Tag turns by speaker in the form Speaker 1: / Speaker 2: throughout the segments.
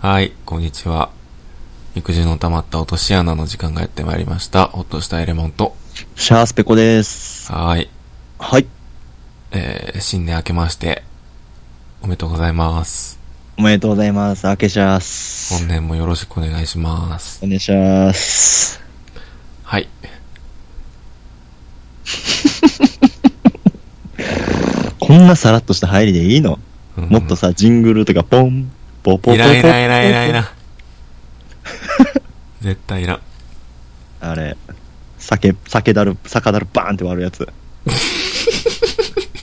Speaker 1: はい、こんにちは。肉汁の溜まった落とし穴の時間がやってまいりました。ほっとしたエレモンと。
Speaker 2: シャースペコです。
Speaker 1: はい。
Speaker 2: はい。
Speaker 1: えー、新年明けまして、おめでとうございます。
Speaker 2: おめでとうございます。明けシャー
Speaker 1: 本
Speaker 2: ス。
Speaker 1: 年もよろしくお願いします。
Speaker 2: お願いします。
Speaker 1: はい。
Speaker 2: こんなさらっとした入りでいいの、
Speaker 1: うん
Speaker 2: もっとさ、ジングルとかポン、ポポポポポ。
Speaker 1: いらんいらんいらんいらんいらん。絶対い らん。
Speaker 2: あれ、酒、酒だる、酒だるバーンって割るや つ。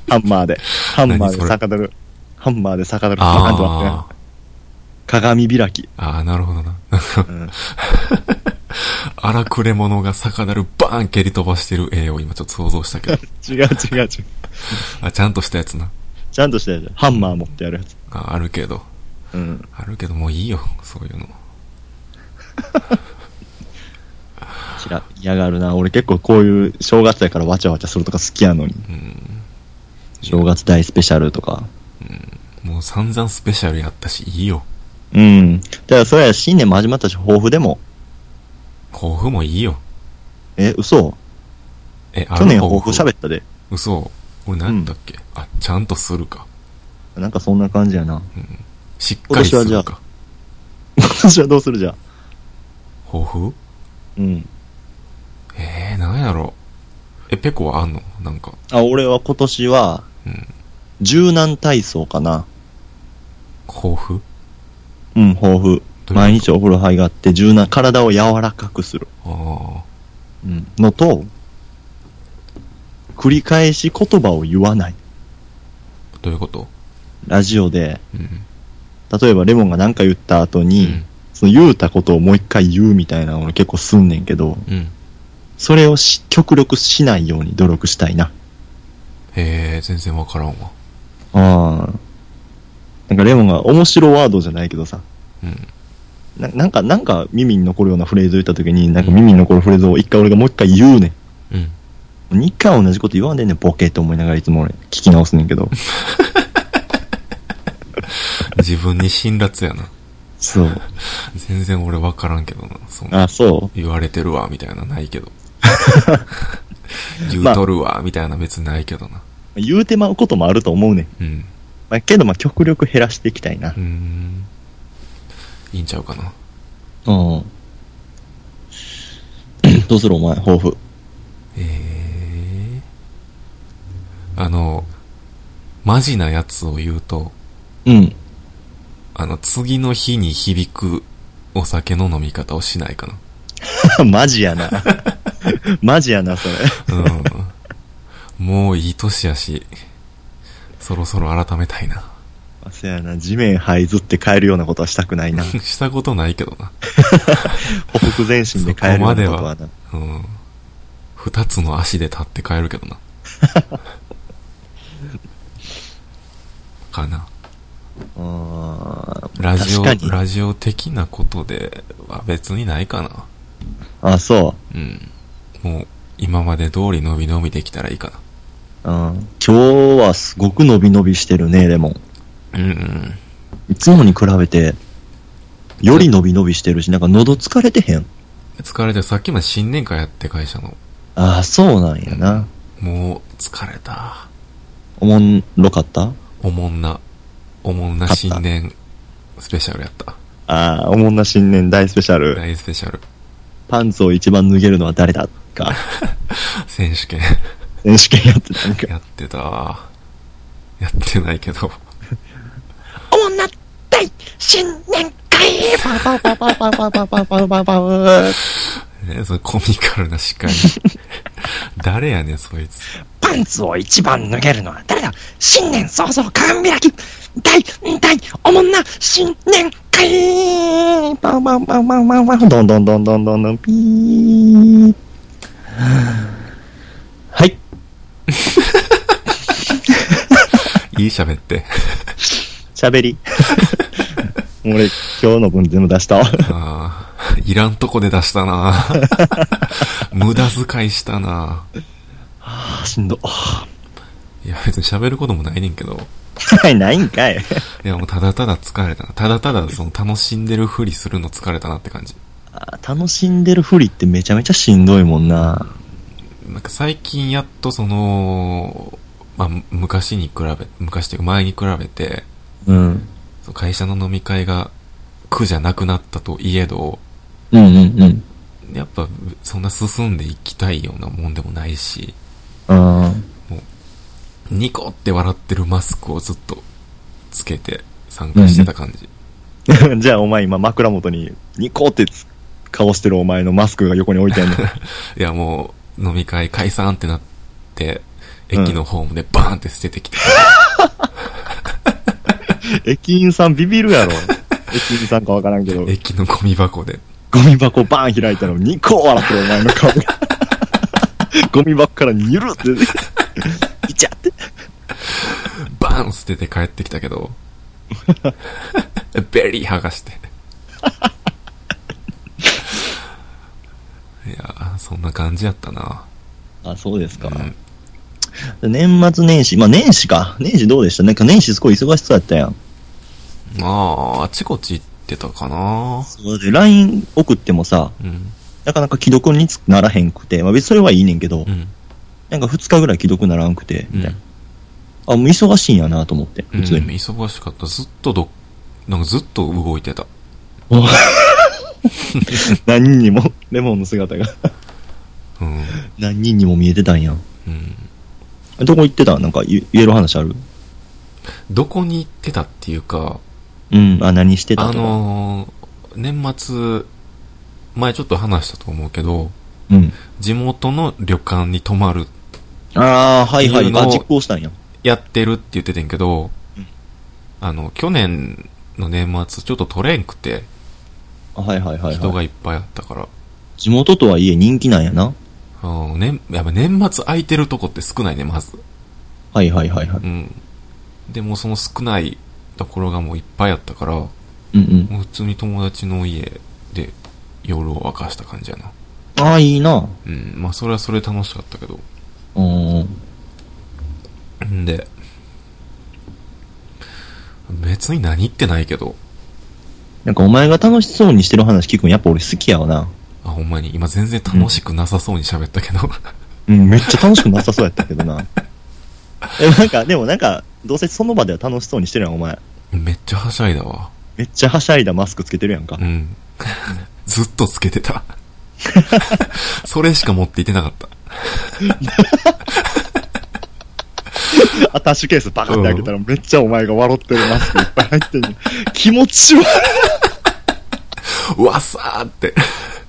Speaker 2: ハンマーで。ハンマー
Speaker 1: 何そ
Speaker 2: で
Speaker 1: れ
Speaker 2: 酒だる。ハンマーで酒だるバーンって割ってね
Speaker 1: あ。
Speaker 2: 鏡開き。
Speaker 1: あ。ああ、なるほ どな。
Speaker 2: うん、
Speaker 1: 荒くれ者が魚るバーン蹴り飛ばしてる絵を今ちょっと想像したけど。
Speaker 2: 違う違う違う。
Speaker 1: あ、ちゃんとしたやつな。
Speaker 2: ちゃんとしてるハンマー持ってやるやつ。
Speaker 1: あ、あるけど。
Speaker 2: うん。
Speaker 1: あるけどもういいよ、そういうの。
Speaker 2: 嫌、嫌がるな。俺結構こういう正月やからわちゃわちゃするとか好きやのに。
Speaker 1: うん。
Speaker 2: 正月大スペシャルとか。
Speaker 1: もう散々スペシャルやったし、いいよ。
Speaker 2: うん。だからそれは新年も始まったし、抱負でも。
Speaker 1: 抱負もいいよ。
Speaker 2: え、嘘
Speaker 1: え、あ
Speaker 2: 去年抱負喋ったで。
Speaker 1: 嘘。俺何やったっけ、あ、ちゃんとするか。
Speaker 2: なんかそんな感じ やな。
Speaker 1: しっかりす
Speaker 2: 今年は
Speaker 1: る
Speaker 2: じ
Speaker 1: か。
Speaker 2: 私はどうするじゃあ。
Speaker 1: 抱負
Speaker 2: うん。
Speaker 1: えー、何やろう。え、ペコはあんのなんか。
Speaker 2: あ、俺は今年は、
Speaker 1: うん。
Speaker 2: 柔軟体操かな。
Speaker 1: 抱負
Speaker 2: うん、抱負。
Speaker 1: と
Speaker 2: 毎日お風呂入がって、柔軟、体を柔らかくする。
Speaker 1: あ
Speaker 2: うん。のと、繰り返し言葉を言わない。
Speaker 1: あ。どういうこと
Speaker 2: ラジオで、
Speaker 1: うん。
Speaker 2: 例えばレモンが何か言った後
Speaker 1: う
Speaker 2: に、
Speaker 1: ん。
Speaker 2: その言うたことをもう一回言うみたいなの俺結構すんねんけど、
Speaker 1: うん。
Speaker 2: それをし極力しないように努力したいな。
Speaker 1: えー、全然わからんわ。
Speaker 2: ああ。なんかレモンが面白ワードじゃないけどさ、
Speaker 1: うん。
Speaker 2: ななんか、なんか耳に残るようなフレーズを言った時に、なんか耳に残るフレーズを一回俺がもう一回言うね
Speaker 1: うん。
Speaker 2: ん。二回同じこと言わんでんねん、ボケって思いながらいつも俺聞き直すねんけど。
Speaker 1: 自分に辛辣やな。
Speaker 2: そう。
Speaker 1: 全然俺わからんけどな。そんな
Speaker 2: あ、そ
Speaker 1: 言われてるわ、みたいなないけど。言
Speaker 2: ま
Speaker 1: う
Speaker 2: あ
Speaker 1: とるわ、みたいな別にないけどな。
Speaker 2: う。言うてまうこともあると思うね
Speaker 1: う
Speaker 2: ん。
Speaker 1: ん。
Speaker 2: まあ、けどまあ極力減らしていきたいな
Speaker 1: うー。ん。いいんちゃうかな。
Speaker 2: うん。どうするお前、抱負。
Speaker 1: ええあの、マジなやつを言うと、
Speaker 2: うん。
Speaker 1: あの、次の日に響くお酒の飲み方をしないかな。
Speaker 2: マジやな。 マジやな、それ。
Speaker 1: うん。もういい年やし、そろそろ改めたいな。
Speaker 2: あせやな、地面這いずって帰るようなことはしたくないな。
Speaker 1: したことないけどな。
Speaker 2: ほふく前進で帰るようなことはな。
Speaker 1: うん。二つの足で立って帰るけ どな。かな。
Speaker 2: あ
Speaker 1: ラジオ、
Speaker 2: 確かに
Speaker 1: ラジオ的なことでは別にないかな。
Speaker 2: あ、そ
Speaker 1: うん。もう、今まで通り伸び伸びできたらいいか
Speaker 2: う。うん。今日はすごく伸び伸びしてるね、レモン。
Speaker 1: な。うんうん。
Speaker 2: いつもに比べて、より伸び伸びしてるし、なんか喉疲れてへん。
Speaker 1: 疲れてる、さっきまで新年会やって会社の。
Speaker 2: ああ、そうなんやな。
Speaker 1: もう、疲れた。
Speaker 2: おもんろかった
Speaker 1: おもんな、おもんな
Speaker 2: 勝った
Speaker 1: 新年スペシャルやった。
Speaker 2: ああ、おもんな新年大スペシャル。
Speaker 1: 大スペシャル。
Speaker 2: パンツを一番脱げるのは誰だか。
Speaker 1: 選手 権
Speaker 2: 選手権やってたんか。
Speaker 1: やってた。やってないけど。
Speaker 2: 女大新年会パパパパパパパパパパパ
Speaker 1: ね、そのコミカルな司会。 誰やねん、そいつ。
Speaker 2: パンツを一番脱げるのは誰だ新年早々鏡開き大大おもんな新年会パンパンパンパンパンパンどんどんどんどんどんどんピーはい
Speaker 1: いい喋って。
Speaker 2: 喋 り俺今日の分全部出したわ
Speaker 1: ああ、いらんとこで出したな 無駄遣いしたな
Speaker 2: あしんど
Speaker 1: いや、別に喋ることもないねんけど。
Speaker 2: はい、ないんかい。
Speaker 1: いや、もうただただ疲れたな。ただただ、その、楽しんでるふりするの疲れたなって感じ。
Speaker 2: あ楽しんでるふりってめちゃめちゃしんどいもんな。
Speaker 1: なんか最近やっとその、まあ、昔に比べ、昔というか前に比べて、
Speaker 2: うん。
Speaker 1: その会社の飲み会が苦じゃなくなったといえど、
Speaker 2: うんうんうん。
Speaker 1: やっぱそんな進んでいきたいようなもんでもないし、
Speaker 2: あ
Speaker 1: ニコって笑ってるマスクをずっとつけて参加してた感じ。
Speaker 2: ー じゃあお前今枕元にニコってつ顔してるお前のマスクが横に置いてある の。
Speaker 1: いやもう飲み会解散ってなって、駅のホームでバーンって捨ててきて、
Speaker 2: 駅員さんビビるやろ。駅員さんかわからんけど、
Speaker 1: 駅のゴミ箱で。
Speaker 2: ゴミ箱バーン開いたのにニコ笑ってるお前の顔 が。ゴミ箱からニュルって出てきて、いちゃって。
Speaker 1: バーン捨てて帰ってきたけど、ベリー剥がして。いやー、そんな感じやったな。
Speaker 2: あ、そうですか。
Speaker 1: うん
Speaker 2: 年末年始、まあ年始か。年始どうでしたなんか年始すごい忙しそうやったやん。
Speaker 1: まあ、あちこち行ってたかな。
Speaker 2: そうで、LINE 送ってもさ、
Speaker 1: うん。
Speaker 2: なかなか既読につならへんくて、まあ別にそれはいいねんけ
Speaker 1: う
Speaker 2: ど、
Speaker 1: ん。
Speaker 2: なんか2日ぐらい既読ならんくて、
Speaker 1: う
Speaker 2: みたい
Speaker 1: ん
Speaker 2: な。あ、もう忙しいんやなと思って、
Speaker 1: うん、
Speaker 2: 普通に。
Speaker 1: 忙しかった。ずっとど、なんかずっと動いてた。
Speaker 2: 何人にも、 レモンの姿が、
Speaker 1: うん。
Speaker 2: 何人にも見えてたんや。
Speaker 1: うん。
Speaker 2: どこ行ってたなんか言言える話ある
Speaker 1: どこに行ってたっていうか、
Speaker 2: うん、あ、何してた
Speaker 1: あ
Speaker 2: とか。
Speaker 1: のー年末、前ちょっと話したと思うけど、
Speaker 2: うん。
Speaker 1: 地元の旅館に泊まる
Speaker 2: ああ、はいは
Speaker 1: ってい。
Speaker 2: いう
Speaker 1: のを
Speaker 2: あ、実行したんや。
Speaker 1: やってるって言っててんけど、
Speaker 2: うん
Speaker 1: あの、去年の年末、ちょっと取れんくて、
Speaker 2: あはいはいはい、
Speaker 1: 人
Speaker 2: は
Speaker 1: が
Speaker 2: い。
Speaker 1: いっぱいあったから。
Speaker 2: 地元とはいえ人気なんやな。
Speaker 1: うん、年、やっぱ年末空いてるとこって少ないね、まず。
Speaker 2: はいはいはいはい。
Speaker 1: うん。でもうその少ないところがもういっぱいあったから、も
Speaker 2: うんうん。
Speaker 1: う普通に友達の家で夜を明かした感じやな。
Speaker 2: ああ、いいな。
Speaker 1: うん、まあそれはそれで楽しかったけど。
Speaker 2: うん。
Speaker 1: んで、別に何言ってないけど、
Speaker 2: なんかお前が楽しそうにしてる話聞くんやっぱ俺好きやわな。
Speaker 1: あ、ほんまに今全然楽しくなさそうに喋ったけど。
Speaker 2: うん、めっちゃ楽しくなさそうやったけどな。 え、なんか、でもなんか、どうせその場では楽しそうにしてるやん、お前。
Speaker 1: めっちゃはしゃいだわ。
Speaker 2: めっちゃはしゃいだマスクつけてるやんか
Speaker 1: う。ん。 ずっとつけてた。 それしか持っていてなかった。
Speaker 2: アタッシュケースバカって開けたら、めっちゃお前が笑ってるマスクいっぱい入ってる。 気持ち悪
Speaker 1: わさーって。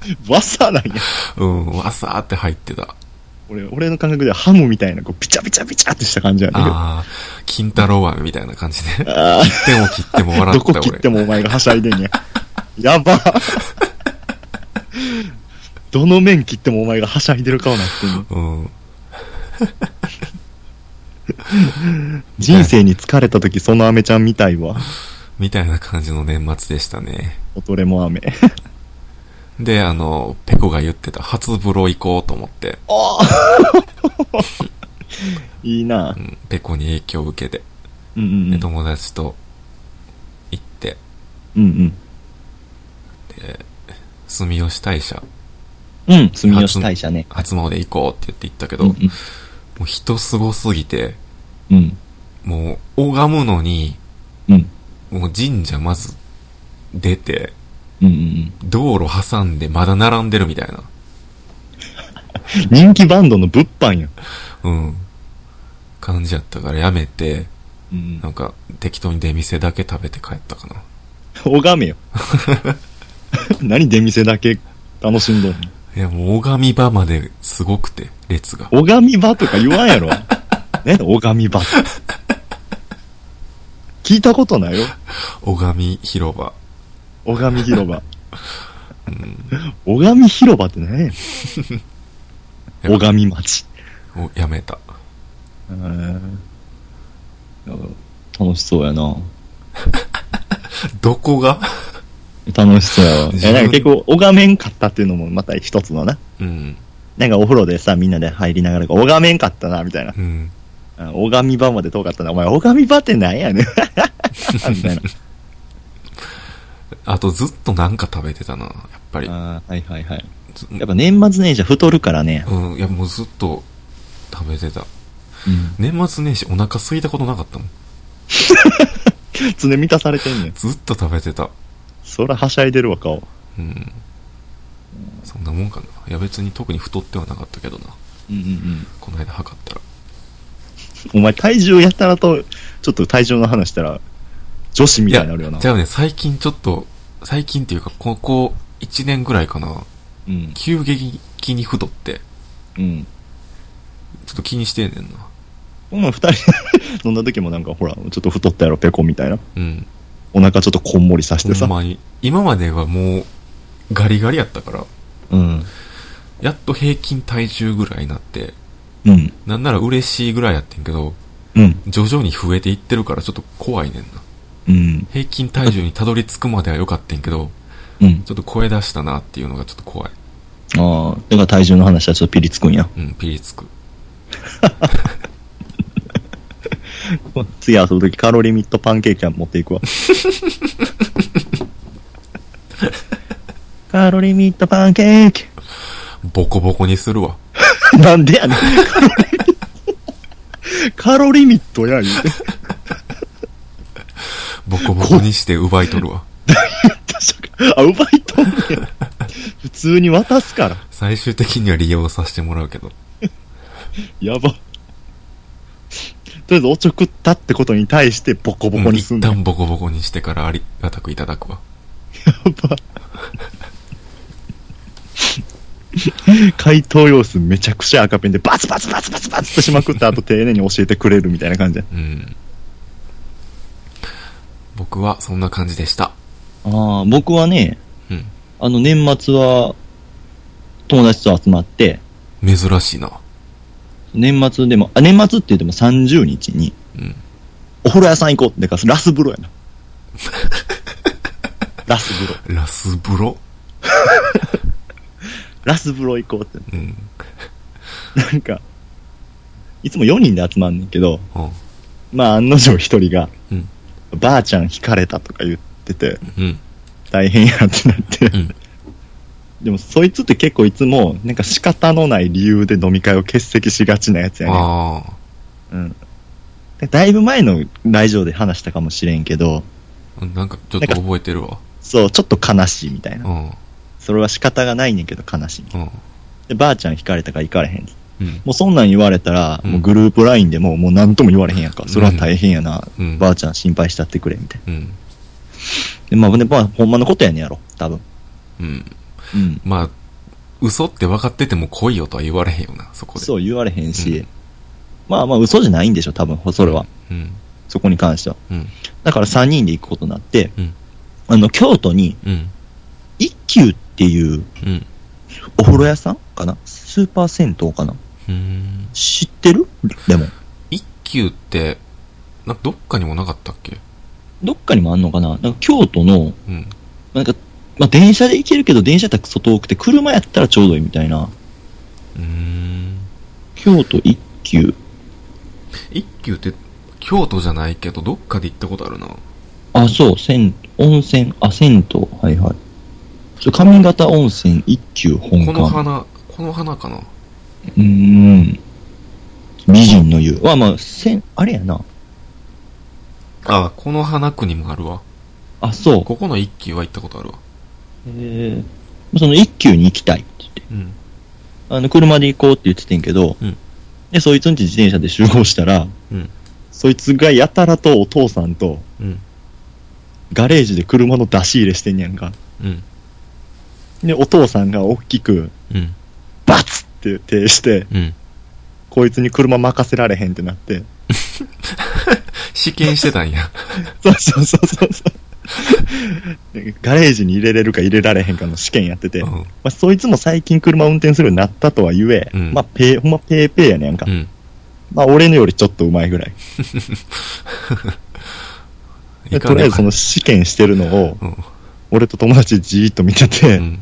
Speaker 2: い。わさなんや。
Speaker 1: うん、わさーって入ってた。
Speaker 2: 俺、俺の感覚ではハムみたいな、こう、ピチャピチャピチャってした感じやねんけど。
Speaker 1: あー、金太郎飴みたいな感じで。
Speaker 2: あー
Speaker 1: 切っても切っても笑っ
Speaker 2: ど
Speaker 1: た
Speaker 2: こ
Speaker 1: 俺。
Speaker 2: 切ってもお前がはしゃいでん や。やば。 どの面切ってもお前がはしゃいでる顔なってんの。
Speaker 1: うん。
Speaker 2: 人生に疲れた時そのアメちゃんみたいわ。
Speaker 1: みたいな感じの年末でしたね。
Speaker 2: おれもアメ。
Speaker 1: で、あの、ペコが言ってた初風呂行こうと思って、
Speaker 2: いいな
Speaker 1: う。ん、ペコに影響を受けて、
Speaker 2: うんうんう
Speaker 1: で
Speaker 2: ん。
Speaker 1: 友達と行って、
Speaker 2: うん
Speaker 1: 住吉大社、
Speaker 2: うん。うん、住吉大社ね。
Speaker 1: 初詣行こうって言って行ったけど、
Speaker 2: うん
Speaker 1: もう人すごすぎて、
Speaker 2: うん。うん。
Speaker 1: もう拝むのに、
Speaker 2: うん。
Speaker 1: もう神社まず出て、
Speaker 2: うんうん
Speaker 1: 道路挟んでまだ並んでるみたいな。
Speaker 2: うん。人気バンドの物販やん。
Speaker 1: うん。感じやったからやめて、
Speaker 2: うん
Speaker 1: なんか適当に出店だけ食べて帰ったかな。
Speaker 2: 拝めよ。 何出店だけ楽しんどんの
Speaker 1: いや、もう拝み場まですごくて、列が。
Speaker 2: 拝み場とか言わんやろ。ね拝み場って。聞いたことないよ。
Speaker 1: 拝み広場。
Speaker 2: 拝み広場。 拝み広場ってね。
Speaker 1: やめ
Speaker 2: 拝み町。
Speaker 1: おやめた。
Speaker 2: へー楽しそうやな。
Speaker 1: どこが
Speaker 2: 楽しそうや わ。
Speaker 1: 自
Speaker 2: え、
Speaker 1: 分
Speaker 2: なんか結構、拝めんかったっていうのもまた一つのな。
Speaker 1: うん。
Speaker 2: なんかお風呂でさ、みんなで入りながら、拝めんかったな、みたいな。
Speaker 1: うん。
Speaker 2: うん拝み場まで遠かったな。お前、拝み場ってなんやねん。 みたいな。
Speaker 1: あとずっとなんか食べてたな、やっぱり。
Speaker 2: あーはいはいはい。
Speaker 1: ず
Speaker 2: やっぱ年末年始は太るからね。
Speaker 1: うん、いやもうずっと食べてた。
Speaker 2: うん。
Speaker 1: 年末年始お腹空いたことなかったもん。
Speaker 2: 常に満たされてんねん。
Speaker 1: ずっと食べてた。
Speaker 2: そらはしゃいでるわ、顔。
Speaker 1: うん。そんなもんかな。いや別に特に太ってはなかったけどな。
Speaker 2: うんうんうん。
Speaker 1: この間測ったら。
Speaker 2: お前、体重やたらと、ちょっと体重の話したら、女子みたいになるよな
Speaker 1: じ。ゃあね、最近ちょっと、最近っていうか、ここ1年ぐらいかな、
Speaker 2: うん。
Speaker 1: 急激に太って、
Speaker 2: うん。
Speaker 1: ちょっと気にしてんねんな。
Speaker 2: この二人 飲んだ時もなんか、ほら、ちょっと太ったやろ、ペコみたいな。
Speaker 1: うん。
Speaker 2: お腹ちょっとこんもりさして
Speaker 1: ほ
Speaker 2: さ
Speaker 1: ん。まに。今まではもう、ガリガリやったから、
Speaker 2: うん。
Speaker 1: やっと平均体重ぐらいになって、
Speaker 2: うん。
Speaker 1: なんなら嬉しいぐらいやってんけど、
Speaker 2: うん。
Speaker 1: 徐々に増えていってるからちょっと怖いねんな。
Speaker 2: うん。
Speaker 1: 平均体重にたどり着くまでは良かったんけど、
Speaker 2: うん。
Speaker 1: ちょっと声出したなっていうのがちょっと怖い。
Speaker 2: ああ、だから体重の話はちょっとピリつくんや。
Speaker 1: うん、ピリつく。
Speaker 2: 次遊ぶときカロリーミットパンケーキは持ってい くわ。カロリーミットパンケーキ。
Speaker 1: ボコボコにするわ。
Speaker 2: なんでやねん。カロリーミットや、言うて。
Speaker 1: ボコボコにして奪い取るわ。
Speaker 2: あ、奪い取んねや。普通に渡すから。
Speaker 1: 最終的には利用させてもらうけど。
Speaker 2: やば。とりあえず、おちょくったってことに対してボコボコにすん
Speaker 1: 一
Speaker 2: ねん
Speaker 1: 旦ボコボコにしてからありがたくいただくわ。
Speaker 2: 回答様子めちゃくちゃ赤ペンでバツバツバツバツバツとしまくった後丁寧に教えてくれるみたいな感じで。
Speaker 1: うん。僕はそんな感じでした。
Speaker 2: ああ、僕はね、
Speaker 1: うん。
Speaker 2: あの年末は友達と集まって、
Speaker 1: 珍しいな。
Speaker 2: 年末でも、あ、年末って言っても30日に
Speaker 1: うん。
Speaker 2: お風呂屋さん行こうってか、ラス風呂 やな。ラス風呂。
Speaker 1: ラス風呂
Speaker 2: ラス風呂行こうって。
Speaker 1: うん。
Speaker 2: なんか、いつも4人で集まんねんけど、
Speaker 1: うん。
Speaker 2: まあ案の定1人が、
Speaker 1: うん
Speaker 2: ばあちゃん引かれたとか言ってて、
Speaker 1: うん。
Speaker 2: 大変やってなって、
Speaker 1: うん
Speaker 2: でもそいつって結構いつも、なんか仕方のない理由で飲み会を欠席しがちなやつやねん。
Speaker 1: あ
Speaker 2: うんでだいぶ前の来場で話したかもしれんけど、
Speaker 1: あ。なんかちょっと覚えてるわ。
Speaker 2: そう、ちょっと悲しいみたいうな。
Speaker 1: ん。
Speaker 2: それは仕方がないねんけど悲しい。
Speaker 1: うん。
Speaker 2: で、ばあちゃん引かれたから行かれへん。
Speaker 1: うん。
Speaker 2: もうそんなん言われたら、
Speaker 1: うん
Speaker 2: もうグループラインでももう何とも言われへんやんか。それは大変やな。
Speaker 1: うん。
Speaker 2: ばあちゃん心配したってくれ、みたい
Speaker 1: うん。
Speaker 2: な。で、まあ、ねまあ、ほんまのことやねんやろ、多分。
Speaker 1: うん。
Speaker 2: うん。
Speaker 1: まあ、嘘って分かってても来いよとは言われへんよな、そこで。
Speaker 2: そう言われへんし、
Speaker 1: うん
Speaker 2: まあまあ嘘じゃないんでしょ、多分、それは。
Speaker 1: うん。
Speaker 2: そこに関しては。
Speaker 1: うん。
Speaker 2: だから3人で行くことになって、
Speaker 1: うん
Speaker 2: あの、京都に、
Speaker 1: うん。
Speaker 2: 一休っていう
Speaker 1: うん。
Speaker 2: お風呂屋さんかなスーパー銭湯かな
Speaker 1: うん。
Speaker 2: 知ってるでも。
Speaker 1: 一級って、なんかどっかにもなかったっけ
Speaker 2: どっかにもあんのかななんか京都の、
Speaker 1: うん。
Speaker 2: なんか、まあ、電車で行けるけど、電車だったらクソ遠くて、車やったらちょうどいいみたいな。
Speaker 1: うーん。
Speaker 2: 京都一休。
Speaker 1: 一級って、京都じゃないけど、どっかで行ったことあるな。
Speaker 2: あ、そう、銭、温泉、あ、銭湯。はいはい。そう上方温泉一休本
Speaker 1: この
Speaker 2: 館。
Speaker 1: 花、この花かな
Speaker 2: うーん。美人の湯。は、まあ、銭、あれやな。
Speaker 1: あ、この花区にもあるわ。
Speaker 2: あ、そう。
Speaker 1: ここの一級は行ったことあるわ。
Speaker 2: えー、その一休に行きたいって言って。
Speaker 1: うん。
Speaker 2: あの、車で行こうって言っててんけど、
Speaker 1: うん
Speaker 2: で、そいつんち自転車で集合したら、
Speaker 1: うん。
Speaker 2: そいつがやたらとお父さんと、
Speaker 1: うん。
Speaker 2: ガレージで車の出し入れしてんやんか。
Speaker 1: うん。
Speaker 2: で、お父さんが大きく、
Speaker 1: うん。
Speaker 2: バツって手して、
Speaker 1: うん。
Speaker 2: こいつに車任せられへんってなって。
Speaker 1: 試験してた んや。
Speaker 2: そうそうそうそうそう。 でガレージに入れれるか入れられへんかの試験やってて、
Speaker 1: う
Speaker 2: ま
Speaker 1: ん。
Speaker 2: あ、そいつも最近車運転するようになったとはゆえ、
Speaker 1: うん
Speaker 2: まあ、ペー、ほんまペーペーやねんか。
Speaker 1: うん。
Speaker 2: まあ、俺のよりちょっと上手いぐらい。で
Speaker 1: い
Speaker 2: と
Speaker 1: か
Speaker 2: りあ
Speaker 1: ね
Speaker 2: え
Speaker 1: ば
Speaker 2: ずその試験してるのを、
Speaker 1: うん。
Speaker 2: 俺と友達じーっと見てて、
Speaker 1: うん。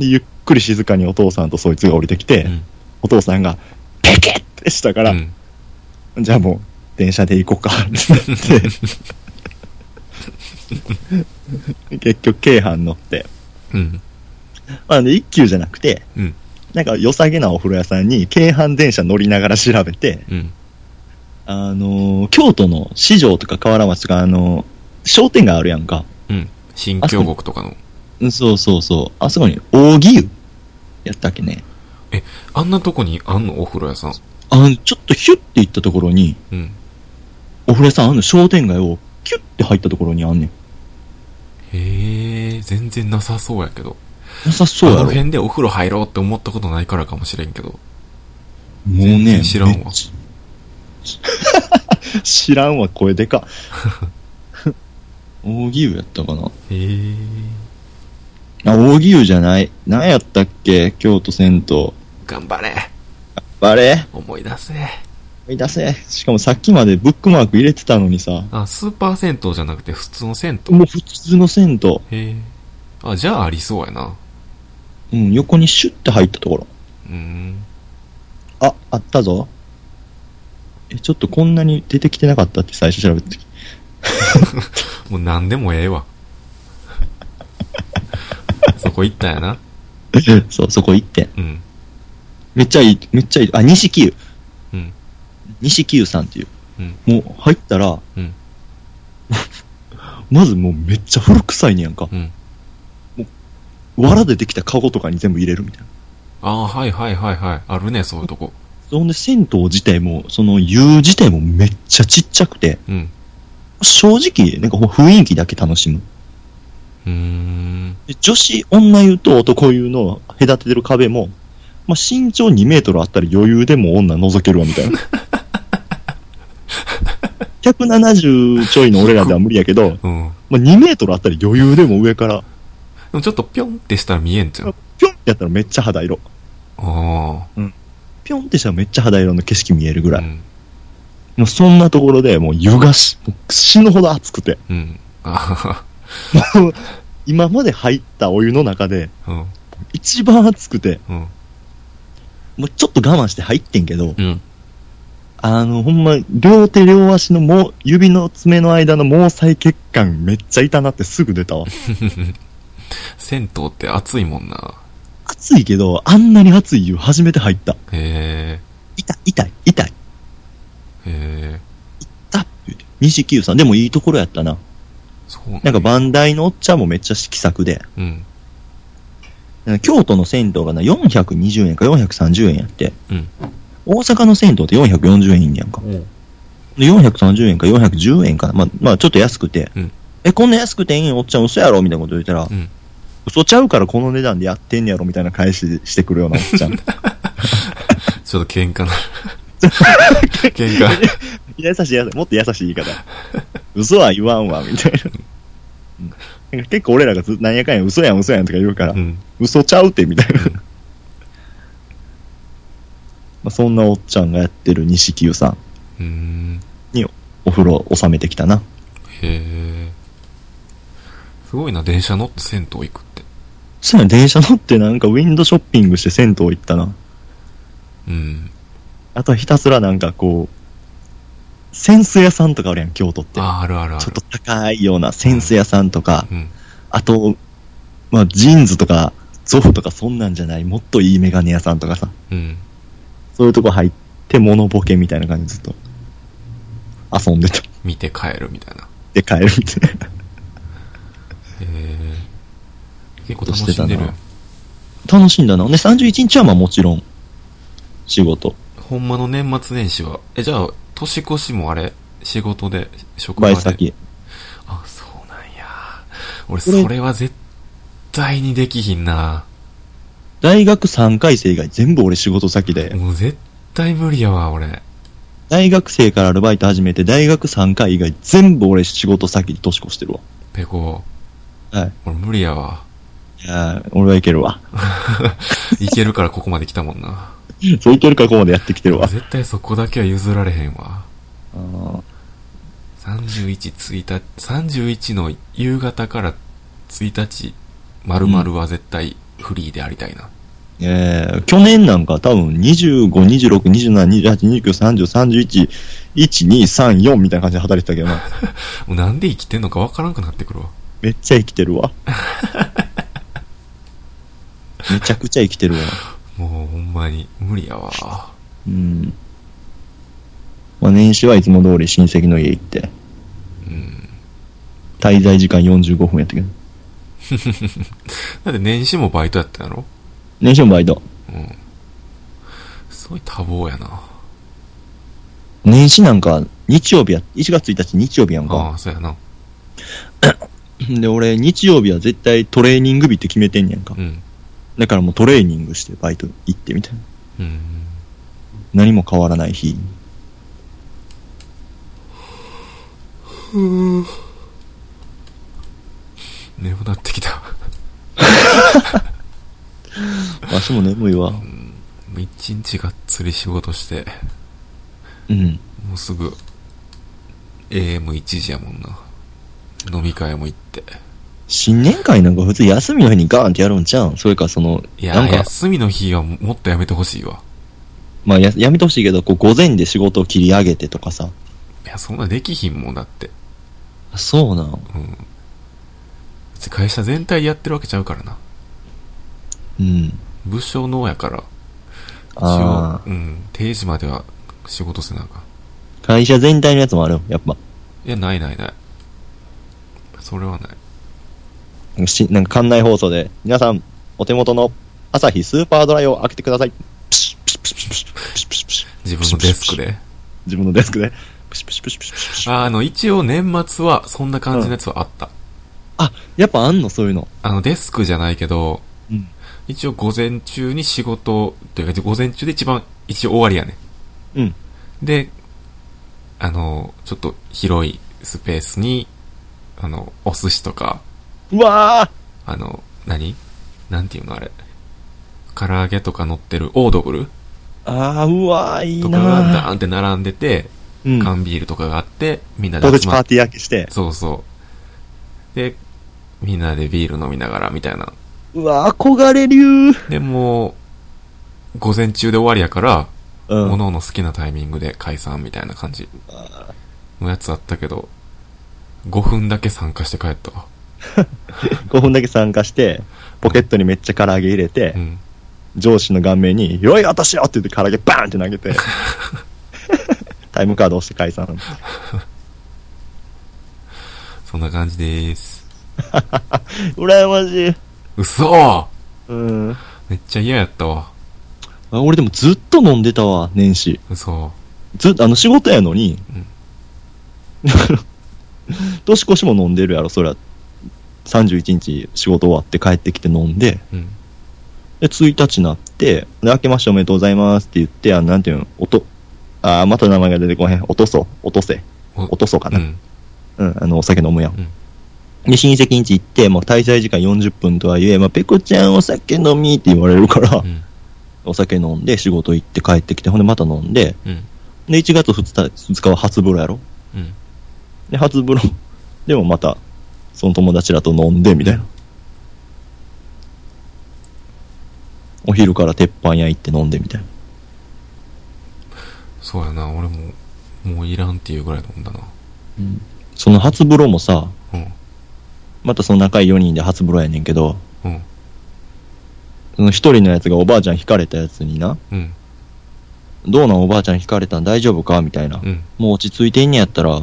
Speaker 2: でゆっくり静かにお父さんとそいつが降りてきて、
Speaker 1: うん。
Speaker 2: お父さんが、ペケってしたから、
Speaker 1: うん。
Speaker 2: じゃあもう、電車で行こうか、って なって。結局、京阪乗って。
Speaker 1: うん。
Speaker 2: まあ、で一休じゃなくて、
Speaker 1: うん。
Speaker 2: なんか良さげなお風呂屋さんに、京阪電車乗りながら調べて、
Speaker 1: うん。
Speaker 2: あのー京都の市場とか河原町とか、あのー商店街あるやんか。
Speaker 1: うん。新京極とかの。
Speaker 2: うんそうそうそう。あそこに、扇湯やったっけね。
Speaker 1: あんなとこにあんのお風呂屋さん。
Speaker 2: あの、ちょっとヒュッて行ったところに、
Speaker 1: うん。
Speaker 2: お風呂屋さんあんの商店街をキュッて入ったところにあんねん。
Speaker 1: へえ、全然なさそうやけど。
Speaker 2: なさそう
Speaker 1: あ
Speaker 2: や
Speaker 1: の
Speaker 2: ろ。も
Speaker 1: 辺でお風呂入ろうって思ったことないからかもしれんけど。
Speaker 2: う
Speaker 1: 全
Speaker 2: ね
Speaker 1: 然、知らんわ
Speaker 2: めっちゃ。 知らんわ、声でか。 扇湯やったかな。
Speaker 1: へえ。
Speaker 2: あ、扇湯じゃない。何やったっけ京都銭湯。
Speaker 1: 頑張れ
Speaker 2: あれ
Speaker 1: 思い出せ
Speaker 2: 思い出せ。しかもさっきまでブックマーク入れてたのにさ。
Speaker 1: あ、スーパー銭湯じゃなくて普通の銭湯。
Speaker 2: もう普通の銭湯。
Speaker 1: へえ。あ、じゃあありそうやな。
Speaker 2: うん、横にシュッて入ったところ。
Speaker 1: うーん。
Speaker 2: あ、あったぞ。え、ちょっとこんなに出てきてなかったって 最初調べた時。
Speaker 1: もう何でもええわ。 そこ行ったんやな。
Speaker 2: そう、そこ行って。
Speaker 1: うん。
Speaker 2: めっちゃいい、めっちゃいい。あ、西九。
Speaker 1: うん。
Speaker 2: 西九さんっていう。
Speaker 1: うん。
Speaker 2: もう入ったら、
Speaker 1: うん。
Speaker 2: まずもうめっちゃ古臭いねやんか。
Speaker 1: うん。
Speaker 2: 藁でできたカゴとかに全部入れるみたいな。
Speaker 1: ああー、はいはいはいはい。あるね、そういうとこ。
Speaker 2: そんで銭湯自体も、その湯自体もめっちゃちっちゃくて、
Speaker 1: うん。
Speaker 2: 正直、なんかほんま雰囲気だけ楽しむ。
Speaker 1: うーん。
Speaker 2: で女子、女湯と男湯の隔ててる壁も、まあ、身長2メートルあったら余裕でもう女覗けるわ、みたいな。170ちょいの俺らでは無理やけど、
Speaker 1: うん。
Speaker 2: まあ、2メートルあったら余裕でも上から、
Speaker 1: でもちょっとぴょんってしたら見えんじゃん。あ
Speaker 2: ぴょんってやったらめっちゃ肌色。
Speaker 1: あ
Speaker 2: ぴょんってしたらめっちゃ肌色の景色見えるぐら
Speaker 1: ー。う
Speaker 2: い。
Speaker 1: ん。
Speaker 2: もうそんなところでもう湯がし、もう死ぬほど熱くて。
Speaker 1: うん。あはは。
Speaker 2: もう今まで入ったお湯の中で
Speaker 1: うん。
Speaker 2: 一番熱くて、
Speaker 1: うん。
Speaker 2: もうちょっと我慢して入ってんけど、
Speaker 1: うん。
Speaker 2: あの、ほんま、両手両足のもう、指の爪の間の毛細血管めっちゃ痛なってすぐ出 たわ。
Speaker 1: 銭湯って暑いもんな。
Speaker 2: 暑いけど、あんなに暑い湯初めて入った。
Speaker 1: へ
Speaker 2: 痛い、痛い、痛い。
Speaker 1: え。へえ。
Speaker 2: 痛っって言って。西九さん、でもいいところやったな。
Speaker 1: そうなん
Speaker 2: なんか
Speaker 1: や
Speaker 2: バンダイのおっちゃんもめっちゃ色作で。
Speaker 1: うん。
Speaker 2: なんか京都の銭湯がな、420円か430円やって。
Speaker 1: うん。
Speaker 2: 大阪の銭湯って440円いんやんか。で430円か410円かな。まあ、まあ、ちょっと安くて。
Speaker 1: うん
Speaker 2: え、こんな安くていいんおっちゃん嘘やろみたいなこと言ったら、
Speaker 1: うん。
Speaker 2: 嘘ちゃうからこの値段でやってんねやろみたいな返ししてくるようなおっ ちゃん。
Speaker 1: ちょっと喧 嘩な。喧嘩。
Speaker 2: 優しい、優しい、もっと優しい言い方。嘘は言わんわ、みたいな。なんか結構俺らがずなんやかんや嘘やん嘘やんとか言うから、
Speaker 1: うん。
Speaker 2: 嘘ちゃうってみたいな。まあそんなおっちゃんがやってる西九さん、
Speaker 1: うーん。
Speaker 2: お風呂収めてきたな。
Speaker 1: へえ。すごいな、電車乗って銭湯行くって。
Speaker 2: そうやん、電車乗ってなんかウィンドショッピングして銭湯行ったな。
Speaker 1: うん。
Speaker 2: あとはひたすらなんかこう、扇子屋さんとかあるやん、京都って。
Speaker 1: あ、あるあるある。
Speaker 2: ちょっと高いような扇子屋さんとか、
Speaker 1: うん。
Speaker 2: あと、まあ、ジーンズとか、ゾフとかそんなんじゃない、もっといいメガネ屋さんとかさ、
Speaker 1: うん。
Speaker 2: そういうとこ入って、モノボケみたいな感じでずっと、遊んでた。
Speaker 1: 見て帰るみたいな。
Speaker 2: で、帰るみたいな。
Speaker 1: へえ。結構楽しんでる
Speaker 2: してた。楽しんだな。で、31日はまあもちろん、仕事。
Speaker 1: ほんまの年末年始は。え、じゃあ、年越しもあれ仕事で、職場
Speaker 2: バ
Speaker 1: で。
Speaker 2: イト先。
Speaker 1: あ、そうなんや。俺、それは絶対にできひんな。
Speaker 2: 大学3回生以外全部俺仕事先で、
Speaker 1: もう絶対無理やわ、俺。
Speaker 2: 大学生からアルバイト始めて、大学3回以外全部俺仕事先で年越してるわ。
Speaker 1: ペコ。
Speaker 2: はい。
Speaker 1: 俺無理やわ。
Speaker 2: いやー俺はいけるわ。
Speaker 1: いけるからここまで来たもんな。
Speaker 2: そういけるかここまでやってきてるわ。
Speaker 1: 絶対そこだけは譲られへんわ。
Speaker 2: あー
Speaker 1: 31、1日、31の夕方から1日、丸々は絶対フリーでありたいな。
Speaker 2: えー去年なんか多分25、26、27、28、29、30、31、1、2、3、4みたいな感じで働いてた けどな。
Speaker 1: もうなんで生きてんのかわからんくなってくるわ。
Speaker 2: めっちゃ生きてるわ。めちゃくちゃ生きてるわ。
Speaker 1: もうほんまに無理やわ。
Speaker 2: うん。まあ、年始はいつも通り親戚の家行って、
Speaker 1: うん。
Speaker 2: 滞在時間45分やったけど。
Speaker 1: だって年始もバイトやったやろ
Speaker 2: 年始もバイト。
Speaker 1: うん。すごい多忙やな。
Speaker 2: 年始なんか日曜日や、1月1日日曜日やん
Speaker 1: あ
Speaker 2: か。
Speaker 1: あ、そうやな。
Speaker 2: で、俺日曜日は絶対トレーニング日って決めてんねやんか
Speaker 1: う。ん。
Speaker 2: だからもうトレーニングしてバイト行ってみたいな。
Speaker 1: うん。
Speaker 2: 何も変わらない日。
Speaker 1: 眠くなってきた。
Speaker 2: わしも眠いわ。
Speaker 1: もう一日がっつり仕事して、
Speaker 2: うん。
Speaker 1: もうすぐ、AM1 時やもんな。飲み会も行って。
Speaker 2: 新年会なんか普通休みの日にガーンってやるんじゃうんそれかその、
Speaker 1: い
Speaker 2: な
Speaker 1: や、
Speaker 2: んか、
Speaker 1: 休みの日はもっとやめてほしいわ。
Speaker 2: まあややめてほしいけど、こう午前で仕事を切り上げてとかさ。
Speaker 1: いや、そんなできひんもんだって。
Speaker 2: そうなん。
Speaker 1: うん。別に会社全体でやってるわけちゃうからな。
Speaker 2: うん。
Speaker 1: 部署のやから、一応
Speaker 2: あ、
Speaker 1: うん、定時までは仕事せなあかん。
Speaker 2: あ。会社全体のやつもあるよやっぱ。
Speaker 1: いや、ないないない。それはない。
Speaker 2: し、なんか館内放送で、皆さん、お手元の朝日スーパードライを開けてください。プシュプシュプシュプシュプシュプシュプシュ
Speaker 1: 自分のデスクで。
Speaker 2: 自分のデスクで。プシュプシュプシュプシュプシュ。
Speaker 1: あの、一応年末はそんな感じのやつはあった。
Speaker 2: あ、やっぱあんのそういうの。
Speaker 1: あの、デスクじゃないけど、
Speaker 2: うん。
Speaker 1: 一応午前中に仕事、というか、午前中で一番、一応終わりやね。
Speaker 2: うん。
Speaker 1: で、あの、ちょっと広いスペースに、あの、お寿司とか、
Speaker 2: うわー
Speaker 1: あの、何なんていうのあれ。唐揚げとか乗ってるオードブル
Speaker 2: あー、うわー、いい
Speaker 1: とかがダ
Speaker 2: な
Speaker 1: ーン
Speaker 2: ー
Speaker 1: って並んでて、
Speaker 2: うん。
Speaker 1: 缶ビールとかがあって、みんな
Speaker 2: 当
Speaker 1: で
Speaker 2: 日
Speaker 1: 集
Speaker 2: パ
Speaker 1: まっ
Speaker 2: ー
Speaker 1: て、
Speaker 2: ティー焼けして。
Speaker 1: そうそう。で、みんなでビール飲みながらみたいな。
Speaker 2: うわ、憧れ流。
Speaker 1: でもう、午前中で終わりやから、
Speaker 2: う
Speaker 1: 各
Speaker 2: ん。
Speaker 1: 々好きなタイミングで解散みたいな感じのやつあったけど、5分だけ参加して帰ったわ。
Speaker 2: 5分だけ参加して、ポケットにめっちゃ唐揚げ入れて
Speaker 1: う、ん。
Speaker 2: 上司の顔面に、よい私よって言って唐揚げバーンって投げて、 タイムカード押して解散。
Speaker 1: そんな感じです。
Speaker 2: 羨ましい。
Speaker 1: 嘘
Speaker 2: うん。
Speaker 1: めっちゃ嫌やったわ。
Speaker 2: あ俺でもずっと飲んでたわ、年始。
Speaker 1: 嘘。
Speaker 2: ずっと、あの、仕事やのに
Speaker 1: うん、
Speaker 2: 年越しも飲んでるやろ、そりゃ。31日仕事終わって帰ってきて飲んで、
Speaker 1: うん。
Speaker 2: で、1日になって、で、明けましておめでとうございますって言って、あのなんていうの、おと、あーまた名前が出てこへん。落とそう、落とせ、
Speaker 1: お
Speaker 2: 落とそうか
Speaker 1: う
Speaker 2: な。
Speaker 1: ん。
Speaker 2: うん、あの、お酒飲むや
Speaker 1: う
Speaker 2: ん。
Speaker 1: ん
Speaker 2: で、親戚ん家行って、もう滞在時間40分とはいえ、まあ、ペコちゃんお酒飲みって言われるから、
Speaker 1: うん。
Speaker 2: お酒飲んで、仕事行って帰ってきて、ほんでまた飲んで、
Speaker 1: うん。
Speaker 2: で、1月2日 ,2 日は初風呂やろ
Speaker 1: うん。
Speaker 2: で、初風呂。でもまた、その友達らと飲んで、みたいな。お昼から鉄板屋行って飲んで、みたいな。
Speaker 1: そうやな、俺も、もういらんっていうぐらい飲んだな。
Speaker 2: その初風呂もさ、
Speaker 1: うん。
Speaker 2: またその仲いい4人で初風呂やねんけど、
Speaker 1: うん。
Speaker 2: その1人のやつがおばあちゃん引かれたやつにな、
Speaker 1: うん。
Speaker 2: どうなんおばあちゃん引かれたん大丈夫かみたいな。
Speaker 1: うん。
Speaker 2: もう落ち着いてんねやったら、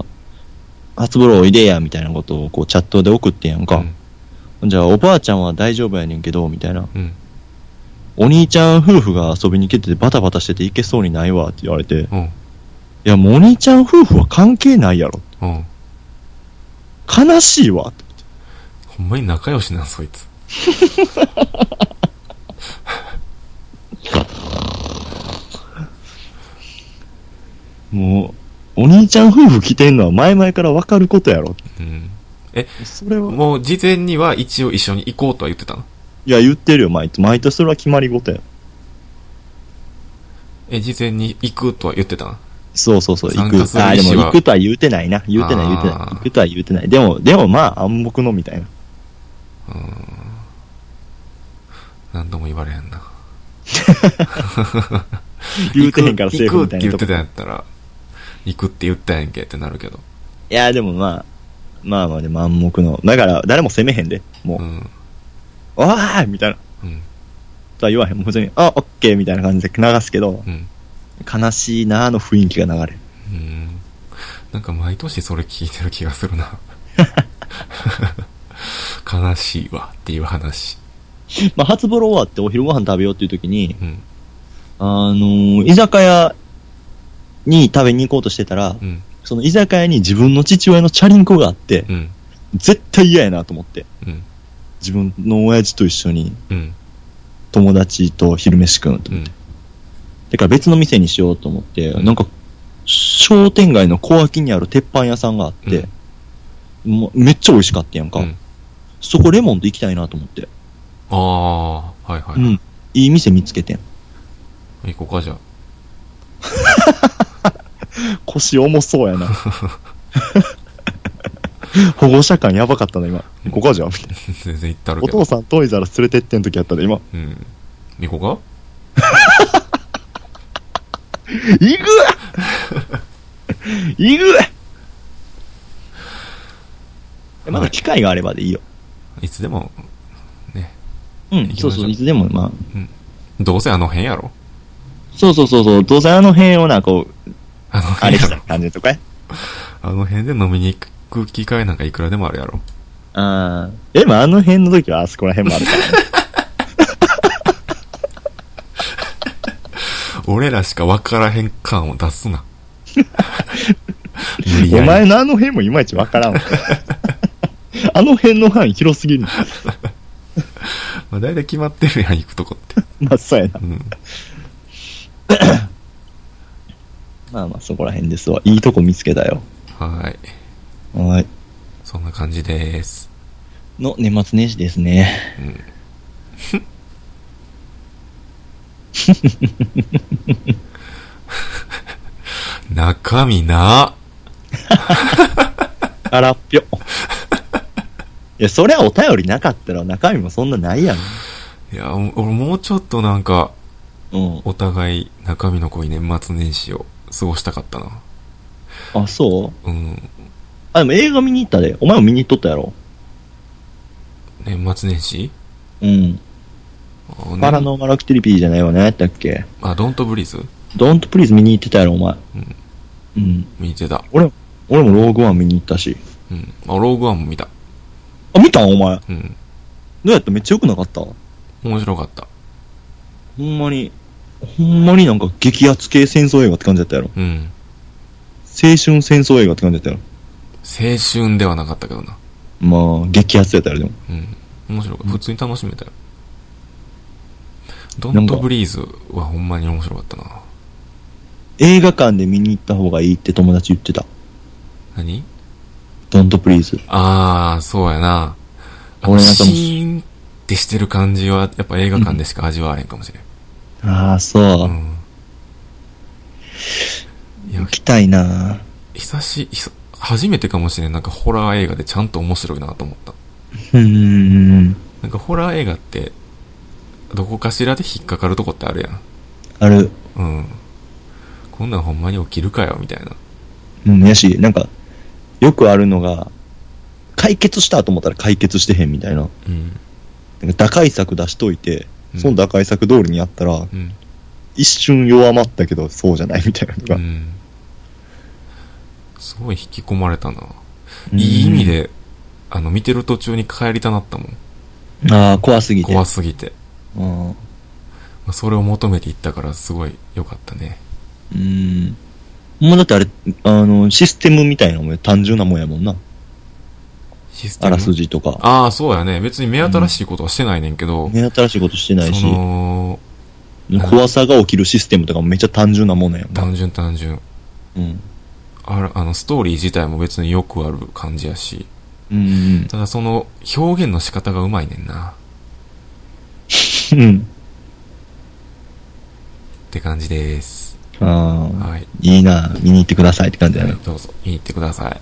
Speaker 2: 初風呂おいでや、みたいなことをこうチャットで送ってんやんか。じゃあおばあちゃんは大丈夫やねんけど、みたいな。
Speaker 1: うん。
Speaker 2: お兄ちゃん夫婦が遊びに来ててバタバタしてて行けそうにないわって言われて、い
Speaker 1: うん。
Speaker 2: やもうお兄ちゃん夫婦は関係ないやろ。
Speaker 1: うん。
Speaker 2: 悲しいわ。
Speaker 1: ほんまに仲良しなん、そいつ。
Speaker 2: もう、お兄ちゃん夫婦来てんのは前々からわかることやろ。
Speaker 1: うん。
Speaker 2: それは、
Speaker 1: もう事前には一応一緒に行こうとは言ってたの
Speaker 2: いや言ってるよ、毎年。毎年それは決まり事や。
Speaker 1: え、事前に行くとは言ってたの
Speaker 2: そうそうそう、行
Speaker 1: 参加す
Speaker 2: く。
Speaker 1: る
Speaker 2: ああ、で
Speaker 1: 意思
Speaker 2: も
Speaker 1: は
Speaker 2: 行くとは言うてないな。言うてない言うてない。
Speaker 1: あー
Speaker 2: 行くとは言うてない。でも、でもまあ暗黙のみたいな。
Speaker 1: 何度も言われへんな。
Speaker 2: 言うてへんからセーフみた
Speaker 1: 行く行くって
Speaker 2: いな
Speaker 1: 言っ
Speaker 2: と
Speaker 1: て
Speaker 2: こ
Speaker 1: たんやったら、行くって言ったやんけってなるけど。
Speaker 2: いや、でもまあ、まあまあでも暗黙の。だから、誰も責めへんで。も
Speaker 1: う
Speaker 2: う、
Speaker 1: ん。
Speaker 2: おーいみたいな。
Speaker 1: うん。
Speaker 2: とは言わへん。もう普通に、あ、オッケーみたいな感じで流すけど、
Speaker 1: うん。
Speaker 2: 悲しいなーの雰囲気が流れる。
Speaker 1: うん。なんか毎年それ聞いてる気がするな。悲しいわっていう話。
Speaker 2: まあ、初風呂終わってお昼ご飯食べようっていう時に、
Speaker 1: うん。
Speaker 2: あのー居酒屋に食べに行こうとしてたら
Speaker 1: う、ん。
Speaker 2: その居酒屋に自分の父親のチャリンコがあって、
Speaker 1: うん。
Speaker 2: 絶対嫌やなと思って。
Speaker 1: うん。
Speaker 2: 自分の親父と一緒に
Speaker 1: うん。
Speaker 2: 友達と昼飯食うのと
Speaker 1: う。ん。
Speaker 2: だから別の店にしようと思って、
Speaker 1: うん
Speaker 2: なんか、商店街の小脇にある鉄板屋さんがあって、もうめっちゃ美味しかったやんか。
Speaker 1: うん。
Speaker 2: そこレモンと行きたいなと思って。
Speaker 1: ああ、はいは
Speaker 2: う
Speaker 1: い。
Speaker 2: ん。いい店見つけてん。
Speaker 1: 行こうか、じゃあ。
Speaker 2: 腰重そ うやな。保護者感やばかったな、今。行こうかじゃん。みたいな
Speaker 1: 全然行ったる
Speaker 2: お
Speaker 1: けど。
Speaker 2: 父さん遠いざら連れてってん時やったで、今。
Speaker 1: うん。行こう
Speaker 2: 行くわ行くわえまだ機会があればでいいよ。
Speaker 1: かいつでも、ね。
Speaker 2: うん、そうそう、いつでも、まあ、
Speaker 1: どうせあの辺やろ
Speaker 2: そうそうそうそう、どうせあの辺をな、こう、
Speaker 1: あの
Speaker 2: あ
Speaker 1: 辺
Speaker 2: れ
Speaker 1: や
Speaker 2: した
Speaker 1: ろ
Speaker 2: 感じとかや。
Speaker 1: あの辺で飲みに行く機会なんかいくらでもあるやろ
Speaker 2: あーでもあの辺の時はあそこら辺もあるからね。
Speaker 1: 俺らしか分からへん感を出す な。無理
Speaker 2: お
Speaker 1: や
Speaker 2: 前
Speaker 1: り。
Speaker 2: のあの辺もいまいちわからん わ。あの辺の範囲広すぎる。
Speaker 1: まあ、大体決まってるやん、行くとこ って。
Speaker 2: まあ、そうやな
Speaker 1: う。ん。
Speaker 2: まあまあ、そこら辺ですわ。いいとこ見つけたよ。
Speaker 1: はい。
Speaker 2: はい。
Speaker 1: そんな感じです。
Speaker 2: の年末年始ですね。
Speaker 1: うん。中身な。
Speaker 2: あらっぴょ。 いや、そりゃお便りなかったら中身もそんなないやん。
Speaker 1: いや、お俺もうちょっとなんか、
Speaker 2: うん。
Speaker 1: お互い中身の濃い年末年始を過ごしたかったな。
Speaker 2: あ、そう
Speaker 1: うん。
Speaker 2: あ、でも映画見に行ったで。お前も見に行っとったやろ。
Speaker 1: 年末年始
Speaker 2: うん。
Speaker 1: あ
Speaker 2: パラノーマルアクティリティじゃないわね。やったっけ
Speaker 1: あ、ドントブリーズ
Speaker 2: ドントプリーズ見に行ってたやろ、お前。
Speaker 1: ん
Speaker 2: うん。
Speaker 1: 見てた。
Speaker 2: 俺もローグワン見に行ったし。
Speaker 1: うん。あ、ローグワンも見た。
Speaker 2: あ、見たんお前。ど
Speaker 1: うん。
Speaker 2: うやっためっちゃ良くなかったほ
Speaker 1: 面白かった。
Speaker 2: んまに、ほんまになんか激アツ系戦争映画って感じだったやろ。
Speaker 1: うん。
Speaker 2: 青春戦争映画って感じだったやろ。
Speaker 1: 青春ではなかったけどな。
Speaker 2: まあ、激アツやったやろ、でも。
Speaker 1: うん。面白かった。普通に楽しめたよ。ド
Speaker 2: か
Speaker 1: ントブリーズはほんまに面白かったな。
Speaker 2: 映画館で見に行った方がいいって友達言ってた。
Speaker 1: 何
Speaker 2: ドントプリーズ。
Speaker 1: あー、そうやな。あの
Speaker 2: 俺なんか
Speaker 1: シ
Speaker 2: も
Speaker 1: ーンってしてる感じは、やっぱ映画館でしか味わわへんかもしれん。
Speaker 2: ああ、そうう。
Speaker 1: ん。いや
Speaker 2: 行、きたいな
Speaker 1: 久し、久初めてかもしれん。なんかホラー映画でちゃんと面白いなと思った。
Speaker 2: うーん。
Speaker 1: なんかホラー映画って、どこかしらで引っかかるとこってあるやん。
Speaker 2: ある。
Speaker 1: うん。こんなんほんまに起きるかよ、みたいな。
Speaker 2: うん、やし、なんか、よくあるのが、解決したと思ったら解決してへんみたいな。
Speaker 1: うん。
Speaker 2: なんか打開策出しといて、
Speaker 1: うん
Speaker 2: その打開策通りにやったら、
Speaker 1: うん。
Speaker 2: 一瞬弱まったけど、そうじゃないみたいなの
Speaker 1: う
Speaker 2: が。
Speaker 1: ん。すごい引き込まれたな。いい意味。で、あの、見てる途中に帰りたなったもん。
Speaker 2: ああ、怖すぎて。
Speaker 1: 怖すぎて。
Speaker 2: うん。う
Speaker 1: まあそれを求めていったから、すごい良かったね。
Speaker 2: ん。もうだってあれ、あの、システムみたいなもんよ単純なもんやもんな。
Speaker 1: システ
Speaker 2: あ
Speaker 1: ム。
Speaker 2: らすじとか。
Speaker 1: ああ、そうやね。別に目新しいことはしてないねんけど、
Speaker 2: 目新しいことしてないし
Speaker 1: そ、の、
Speaker 2: 怖さが起きるシステムとかもめっちゃ単純なもんなんやもんな。
Speaker 1: 単純単純。
Speaker 2: うん。
Speaker 1: あらあの、ストーリー自体も別によくある感じやし。
Speaker 2: うん
Speaker 1: ただその、表現の仕方がうまいねんな。
Speaker 2: うん。うん。
Speaker 1: って感じです。
Speaker 2: ああ。
Speaker 1: はい。
Speaker 2: いいな見に行ってくださいって感じだ
Speaker 1: はい
Speaker 2: ね。
Speaker 1: どうぞ、見に行ってください。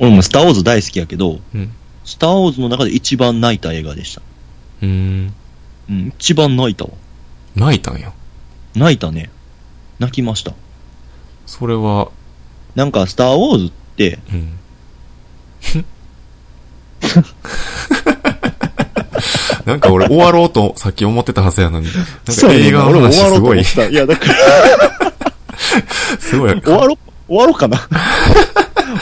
Speaker 2: 俺もスターウォーズ大好きやけど、
Speaker 1: うん。
Speaker 2: スターウォーズの中で一番泣いた映画でした。
Speaker 1: うーん。
Speaker 2: うん、一番泣いたわ。
Speaker 1: 泣いたんや。
Speaker 2: 泣いたね。泣きました。
Speaker 1: それは、
Speaker 2: なんか、スター・ウォーズって、
Speaker 1: うん。なんか俺終わろうとさっき思ってたはずやのに、なんか映画の話すごい、
Speaker 2: そうやねん俺も終わろうと思ったいや、だから、
Speaker 1: すごい、
Speaker 2: 終わろ、終わろうかな。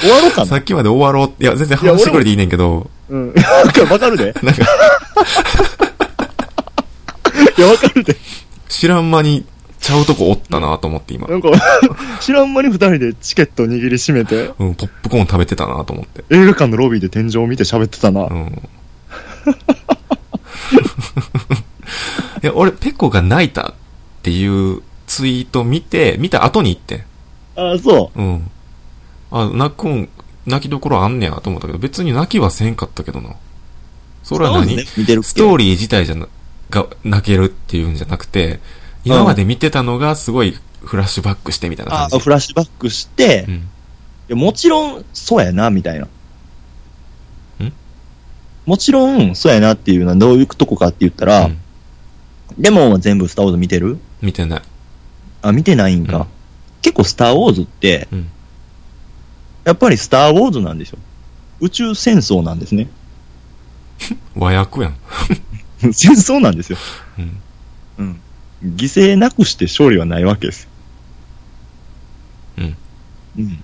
Speaker 2: 終わろうか
Speaker 1: さ
Speaker 2: な。
Speaker 1: っきまで終わろう、いや全然
Speaker 2: いや
Speaker 1: 話してくれていいねんけど、
Speaker 2: うん。なんかわかるで。
Speaker 1: なんか
Speaker 2: いや、わかるで。
Speaker 1: 知らん間にちゃうとこおったなと思って今
Speaker 2: な、んか、知らん間に二人でチケット握りしめて、
Speaker 1: うん、ポップコーン食べてたなと思って。
Speaker 2: 映画館のロビーで天井を見て喋ってたな。
Speaker 1: うん。 いや、俺、ペコが泣いたっていうツイート見て、見た後に行ってん。
Speaker 2: ああ、そ
Speaker 1: うん。あ、泣くん、泣きどころあんねやと思ったけど、別に泣きはせんかったけどな。
Speaker 2: う。
Speaker 1: それは
Speaker 2: スターウォーズ
Speaker 1: 何
Speaker 2: ね見てるっけ
Speaker 1: ストーリー自体じゃな、が、泣けるっていうんじゃなくて、今まで見てたのがすごいフラッシュバックしてみたいな
Speaker 2: あ
Speaker 1: 感じ。
Speaker 2: あ、フラッシュバックして、
Speaker 1: う
Speaker 2: い
Speaker 1: ん。
Speaker 2: やもちろん、そうやな、みたいな。もちろん、そうやなっていうのはどういうとこかって言ったら、
Speaker 1: うん
Speaker 2: レモンは全部スターウォーズ見てる
Speaker 1: 見てない。
Speaker 2: あ、見てないんか。
Speaker 1: うん
Speaker 2: 結構スターウォーズって、
Speaker 1: うん
Speaker 2: やっぱりスターウォーズなんでしょ。宇宙戦争なんですね。
Speaker 1: 和訳やん。
Speaker 2: 戦争なんですよ。
Speaker 1: うん。
Speaker 2: うん。犠牲なくして勝利はないわけです。
Speaker 1: うん。
Speaker 2: うん。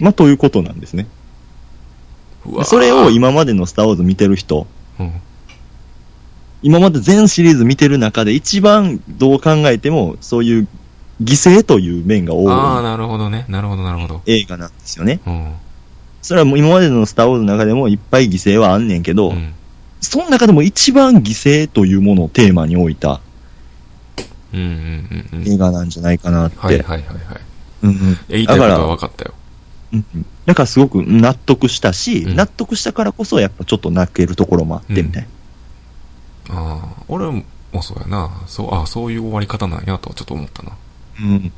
Speaker 2: まあ、ということなんですね。
Speaker 1: うわ
Speaker 2: それを今までのスターウォーズ見てる人、
Speaker 1: うん。
Speaker 2: 今まで全シリーズ見てる中で一番どう考えても、そういう犠牲という面が
Speaker 1: ああ、
Speaker 2: 多い
Speaker 1: なるほどね。なるほど、なるほど。
Speaker 2: 映画なんですよね。
Speaker 1: うん。
Speaker 2: それはもう今までのスターウォーズの中でもいっぱい犠牲はあんねんけど、
Speaker 1: うん。
Speaker 2: その中でも一番犠牲というものをテーマに置いた
Speaker 1: うんうんうんうん。
Speaker 2: 映画なんじゃないかなって。
Speaker 1: はいはいはいはい。
Speaker 2: うんうん
Speaker 1: え言いたいことは分かったよ。
Speaker 2: うんうんだからすごく納得したし、
Speaker 1: うん
Speaker 2: 納得したからこそやっぱちょっと泣けるところもあってみたいな。
Speaker 1: ああ、俺もそうやな。そう、あそういう終わり方なんやとはちょっと思ったな。
Speaker 2: うん。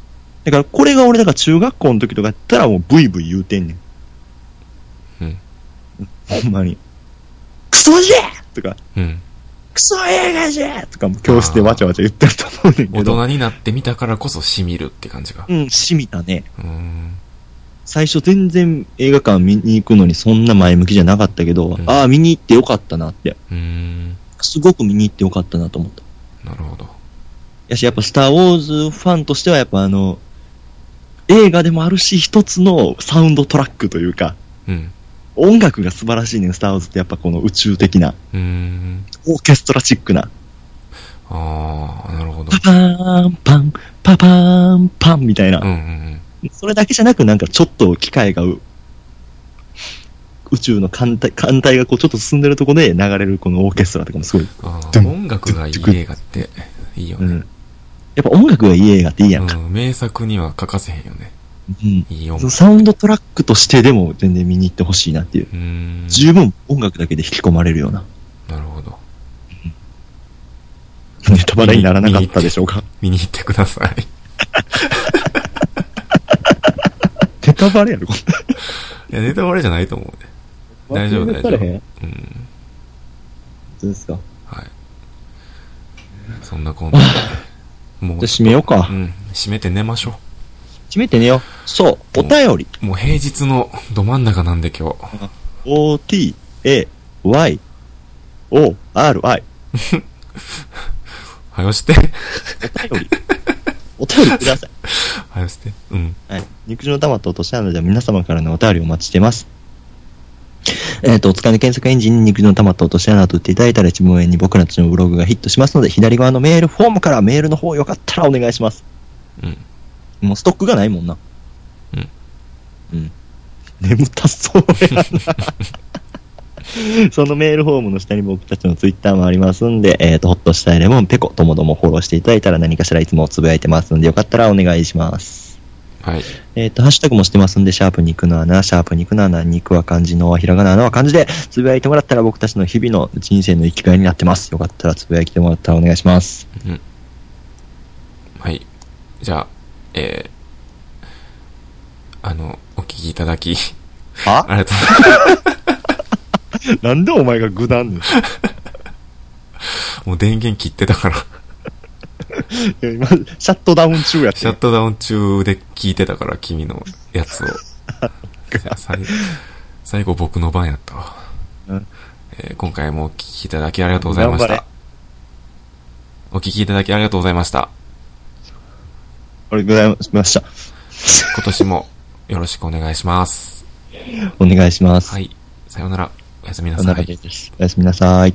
Speaker 2: だからこれが俺だから中学校の時とかやったらもうブイブイ言うてんねん。
Speaker 1: うん。
Speaker 2: ほんまに。クソじゃとか、
Speaker 1: うん。
Speaker 2: クソ映画じゃとかも教室でわちゃわちゃ言ってると思うねん
Speaker 1: 大
Speaker 2: けど。
Speaker 1: 人になってみたからこそしみるって感じが。
Speaker 2: うん、しみたね。
Speaker 1: うーん。
Speaker 2: 最初全然映画館見に行くのにそんな前向きじゃなかったけど、
Speaker 1: うん
Speaker 2: ああ、見に行ってよかったなって。
Speaker 1: うーん。
Speaker 2: すごく見に行ってよかったなと思った。
Speaker 1: なるほど。
Speaker 2: やし、やっぱスター・ウォーズファンとしては、やっぱあの、映画でもあるし、一つのサウンドトラックというか、
Speaker 1: うん。
Speaker 2: 音楽が素晴らしいねん、スター・ウォーズってやっぱこの宇宙的な、
Speaker 1: うーん。
Speaker 2: オーケストラチックな、
Speaker 1: ああ、なるほど
Speaker 2: パ。パーン、パン、パパーン、パンみたいな、
Speaker 1: うんうんうん。
Speaker 2: それだけじゃなく、なんかちょっと機械がう、宇宙の艦隊、艦隊がこうちょっと進んでるとこで流れるこのオーケストラとかもすごい、
Speaker 1: ああ、
Speaker 2: でも
Speaker 1: 音楽がいい映画って、いいよ
Speaker 2: う
Speaker 1: ね。
Speaker 2: ん。やっぱ音楽がいい映画っていいやんか。
Speaker 1: うん。名作には欠かせへんよね。
Speaker 2: うん。
Speaker 1: いい音楽
Speaker 2: その。サウンドトラックとしてでも全然見に行ってほしいなっていう。
Speaker 1: うーん。
Speaker 2: 十分音楽だけで引き込まれるような。
Speaker 1: なるほど。
Speaker 2: ネタバレにならなかったでしょうか。
Speaker 1: 見に行ってください。
Speaker 2: ネタバレやろ、
Speaker 1: いや、ネタバレじゃないと思うね。大丈夫大丈夫う
Speaker 2: 夫。
Speaker 1: ん。
Speaker 2: そうですか。
Speaker 1: はい。そんなこんなで。も
Speaker 2: じゃあ締めようか
Speaker 1: う。ん。締めて寝ましょ
Speaker 2: 閉めてねよ。そう、お便り。
Speaker 1: う。もう平日のど真ん中なんで今日。
Speaker 2: O, T, A, Y, O, R, I。
Speaker 1: はよして。
Speaker 2: お便り。お便りください。
Speaker 1: はよして。うん。
Speaker 2: はい。肉汁の玉と落とし穴では皆様からのお便りをお待ちしてます。えっ、と、お使いの検索エンジンに肉汁の玉と落とし穴と打っていただいたら一文円に僕らたちのブログがヒットしますので、左側のメールフォームからメールの方よかったらお願いします。
Speaker 1: うん。
Speaker 2: もうストックがないもんな。
Speaker 1: うん。
Speaker 2: うん。眠たそう やな。そのメールフォームの下に僕たちのツイッターもありますんで、えっ、と、ほっとしたいレモン、ペコともどもフォローしていただいたら何かしらいつもつぶやいてますんで、よかったらお願いします。
Speaker 1: はい。
Speaker 2: えっ、と、ハッシュタグもしてますんで、シャープ肉の穴、シャープ肉の穴、肉は漢字のはひらがな、穴は漢字で、つぶやいてもらったら僕たちの日々の人生の生きがいになってます。よかったらつぶやいてもらったらお願いし ます。
Speaker 1: はい。じゃあ、えー、あの、お聞きいただき、
Speaker 2: あ
Speaker 1: ありがとう
Speaker 2: なんでお前が具なんの
Speaker 1: もう電源切ってたから。
Speaker 2: いや今、シャットダウン中やって
Speaker 1: シャットダウン中で聞いてたから、君のやつ を。最最後僕の番やったわ、
Speaker 2: うん
Speaker 1: えー今回もお聞きいただきありがとうございまし
Speaker 2: 頑張
Speaker 1: た。お聞きいただきありがとうございました。
Speaker 2: ありがとうございました。
Speaker 1: 今年もよろしくお願いします。
Speaker 2: お願いします。
Speaker 1: はい。さようなら。おやすみな
Speaker 2: さよな
Speaker 1: さ
Speaker 2: ら
Speaker 1: い
Speaker 2: で。す。おやすみなさい。